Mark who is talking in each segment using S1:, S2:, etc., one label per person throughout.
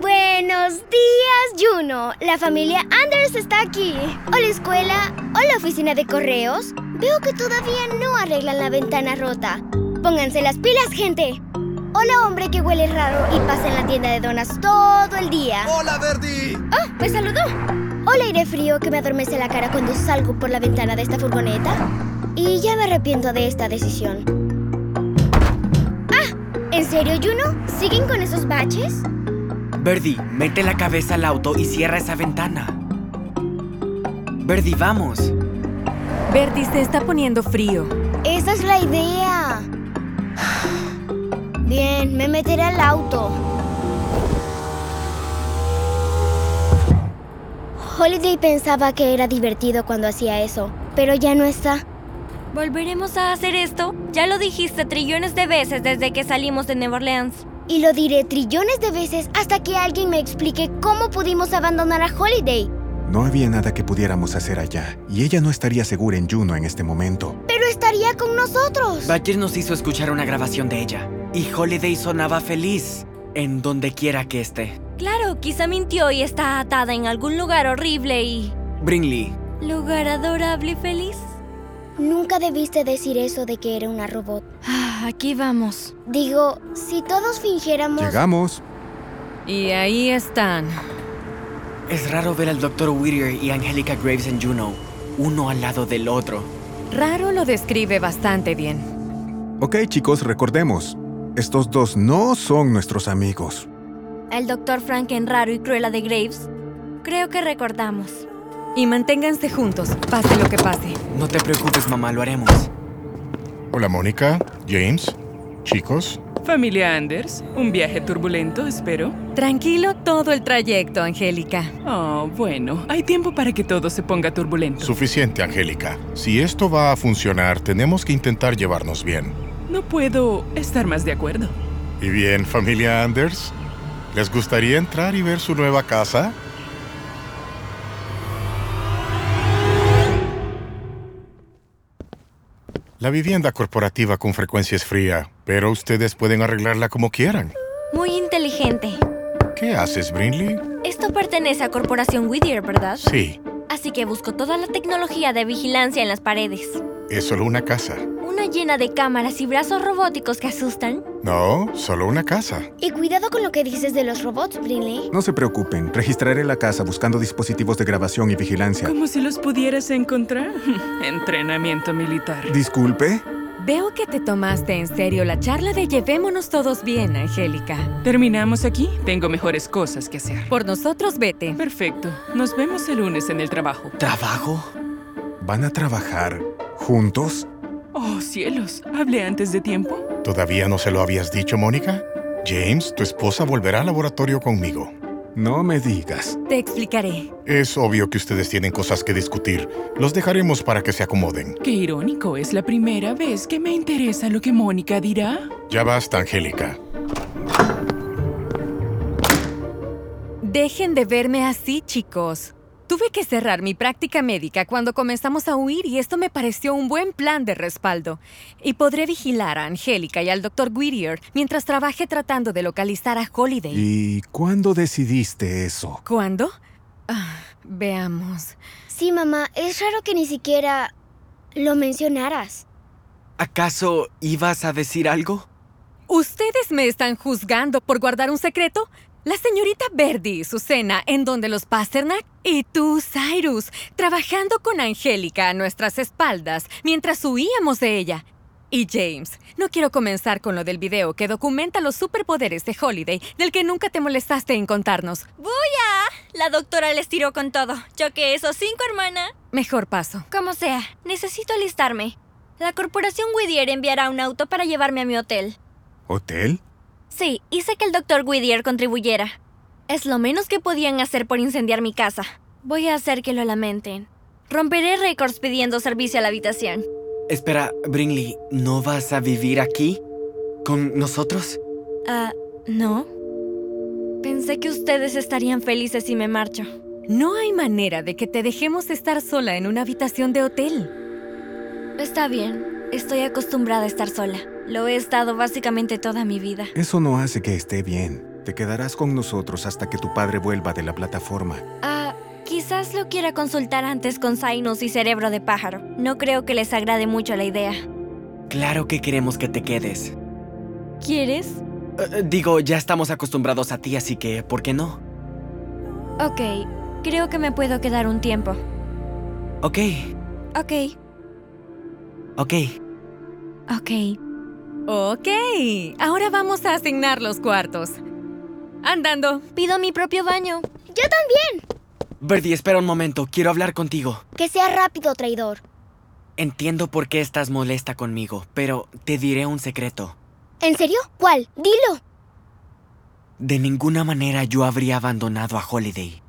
S1: Buenos días, Juno. La familia Anders está aquí. O la escuela, o la oficina de correos. Veo que todavía no arreglan la ventana rota. Pónganse las pilas, gente. Hola, hombre que huele raro y pasa en la tienda de donas todo el día.
S2: ¡Hola, Verdi!
S1: ¡Ah! ¡Me saludó! Hola, aire frío que me adormece la cara cuando salgo por la ventana de esta furgoneta. Y ya me arrepiento de esta decisión. ¡Ah! ¿En serio, Juno? ¿Siguen con esos baches?
S3: Verdi, mete la cabeza al auto y cierra esa ventana. Verdi, vamos.
S4: Bertie se está poniendo frío.
S1: Esa es la idea. Bien, me meteré al auto. Holiday pensaba que era divertido cuando hacía eso, pero ya no está.
S4: ¿Volveremos a hacer esto? Ya lo dijiste trillones de veces desde que salimos de Nueva Orleans.
S1: Y lo diré trillones de veces hasta que alguien me explique cómo pudimos abandonar a Holiday.
S5: No había nada que pudiéramos hacer allá, y ella no estaría segura en Juno en este momento.
S1: Pero estaría con nosotros.
S3: Badger nos hizo escuchar una grabación de ella. Y Holiday sonaba feliz en donde quiera que esté.
S4: Claro, quizá mintió y está atada en algún lugar horrible y...
S3: Brinley,
S4: ¿Lugar adorable y feliz?
S1: Nunca debiste decir eso de que era una robot.
S4: Ah, aquí vamos.
S1: Digo, si todos fingiéramos...
S5: Llegamos.
S4: Y ahí están.
S3: es raro ver al Dr. Whittier y Angelica Graves en Juno, uno al lado del otro.
S4: Raro lo describe bastante bien.
S5: Ok, chicos, recordemos. Estos dos no son nuestros amigos.
S4: El doctor Franken raro y cruela de Graves. Creo que recordamos. Y manténganse juntos, pase lo que pase.
S3: No te preocupes, mamá, lo haremos.
S6: Hola Mónica, James, chicos.
S7: Familia Anders, un viaje turbulento, espero.
S4: Tranquilo todo el trayecto, Angélica.
S7: Oh, bueno, hay tiempo para que todo se ponga turbulento.
S6: Suficiente, Angélica. Si esto va a funcionar, tenemos que intentar llevarnos bien.
S7: No puedo estar más de acuerdo.
S6: ¿Y bien, familia Anders? ¿Les gustaría entrar y ver su nueva casa? La vivienda corporativa con frecuencia es fría, pero ustedes pueden arreglarla como quieran.
S4: Muy inteligente.
S6: ¿Qué haces, Brinley?
S4: Esto pertenece a Corporación Whittier, ¿verdad?
S6: Sí,
S4: Así que busco toda la tecnología de vigilancia en las paredes.
S6: es solo una casa.
S4: Una llena de cámaras y brazos robóticos que asustan.
S6: No, solo una casa.
S1: Y cuidado con lo que dices de los robots, Brinley.
S5: No se preocupen, registraré la casa buscando dispositivos de grabación y vigilancia.
S7: Como si los pudieras encontrar. Entrenamiento militar.
S5: Disculpe.
S4: Veo que te tomaste en serio la charla de llevémonos todos bien, Angélica.
S7: Terminamos aquí. Tengo mejores cosas que hacer.
S4: Por nosotros, vete.
S7: Perfecto. Nos vemos el lunes en el trabajo.
S3: ¿Trabajo?
S5: ¿Van a trabajar juntos?
S7: Oh, cielos. ¿Hablé antes de tiempo?
S6: ¿Todavía no se lo habías dicho, Mónica? James, tu esposa volverá al laboratorio conmigo.
S5: No me digas.
S4: Te explicaré.
S6: Es obvio que ustedes tienen cosas que discutir. Los dejaremos para que se acomoden.
S7: Qué irónico. Es la primera vez que me interesa lo que Mónica dirá.
S6: Ya basta, Angélica.
S4: Dejen de verme así, chicos. Tuve que cerrar mi práctica médica cuando comenzamos a huir y esto me pareció un buen plan de respaldo. Y podré vigilar a Angélica y al Dr. Whittier mientras trabaje tratando de localizar a Holiday.
S5: ¿Y cuándo decidiste eso?
S4: ¿Cuándo? Ah, Veamos.
S1: Sí, mamá, es raro que ni siquiera lo mencionaras.
S3: ¿Acaso ibas a decir algo?
S4: ¿Ustedes me están juzgando por guardar un secreto? La señorita Verdi y Susana, en donde los Pasternak, y tú, Cyrus, trabajando con Angélica a nuestras espaldas mientras huíamos de ella. Y James, no quiero comenzar con lo del video que documenta los superpoderes de Holiday, del que nunca te molestaste en contarnos.
S2: ¡Buya! La doctora les tiró con todo. Choqué esos cinco, hermana.
S4: Mejor paso.
S2: Como sea, necesito alistarme. La corporación Whittier enviará un auto para llevarme a mi hotel.
S5: ¿Hotel?
S2: Sí, hice que el doctor Whittier contribuyera. Es lo menos que podían hacer por incendiar mi casa. Voy a hacer que lo lamenten. Romperé récords pidiendo servicio a la habitación.
S3: Espera, Brinley, ¿no vas a vivir aquí? ¿Con nosotros?
S2: Ah, ¿no? Pensé que ustedes estarían felices si me marcho.
S4: No hay manera de que te dejemos estar sola en una habitación de hotel.
S2: Está bien, estoy acostumbrada a estar sola. Lo he estado básicamente toda mi vida.
S5: Eso no hace que esté bien. Te quedarás con nosotros hasta que tu padre vuelva de la plataforma.
S2: Ah, quizás lo quiera consultar antes con Sinus y Cerebro de Pájaro. No creo que les agrade mucho la idea.
S3: Claro que queremos que te quedes.
S2: ¿Quieres?
S3: Eh, digo, ya estamos acostumbrados a ti, así que, ¿por qué no?
S2: Ok, creo que me puedo quedar un tiempo.
S3: Ok,
S2: Ok,
S3: ok.
S2: ok.
S4: Ok, ahora vamos a asignar los cuartos. Andando.
S2: Pido mi propio baño.
S1: Yo también.
S3: Verdi, espera un momento, quiero hablar contigo.
S1: Que sea rápido, traidor.
S3: Entiendo por qué estás molesta conmigo, pero te diré un secreto.
S1: ¿En serio? ¿Cuál? Dilo.
S3: De ninguna manera yo habría abandonado a Holiday.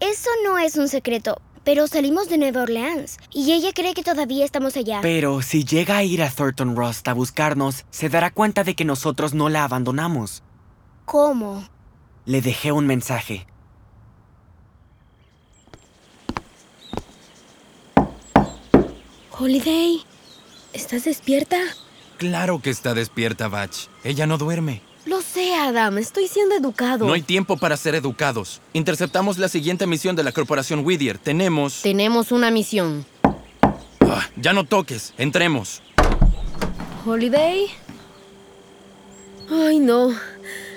S1: Eso no es un secreto, pero salimos de Nueva Orleans y ella cree que todavía estamos allá.
S3: Pero si llega a ir a Thornton Rust a buscarnos, se dará cuenta de que nosotros no la abandonamos.
S1: ¿Cómo?
S3: Le dejé un mensaje.
S1: Holiday, ¿estás despierta?
S8: Claro que está despierta, Batch. Ella no duerme.
S1: Lo sé, Adam, estoy siendo educado.
S8: No hay tiempo para ser educados. Interceptamos la siguiente misión de la Corporación Whittier. Tenemos...
S9: Tenemos una misión.
S8: Ah, ya no toques. Entremos.
S9: ¿Holiday? Ay, no.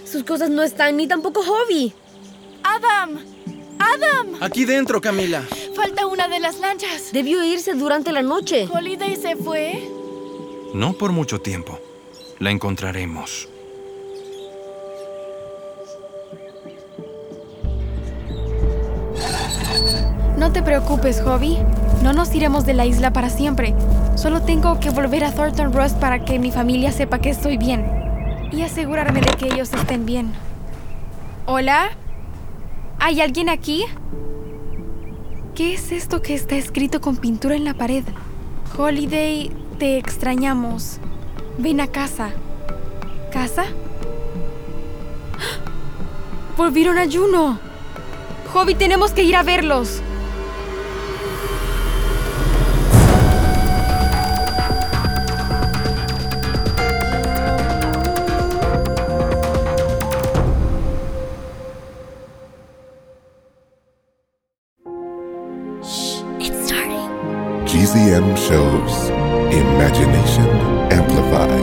S9: Sus cosas no están, ni tampoco Hobby.
S2: ¡Adam! ¡Adam!
S8: Aquí dentro, Camila.
S2: Falta una de las lanchas.
S9: Debió irse durante la noche.
S2: Holiday se fue.
S8: No por mucho tiempo. La encontraremos.
S10: No te preocupes, Hobby. No nos iremos de la isla para siempre. Solo tengo que volver a Thornton Rust para que mi familia sepa que estoy bien. Y asegurarme de que ellos estén bien. ¿Hola? ¿Hay alguien aquí? ¿Qué es esto que está escrito con pintura en la pared? Holiday, te extrañamos. Ven a casa. ¿Casa? ¡Ah! ¡Volvieron a Juno! Hobby, tenemos que ir a verlos.
S11: GCM shows Imagination Amplified.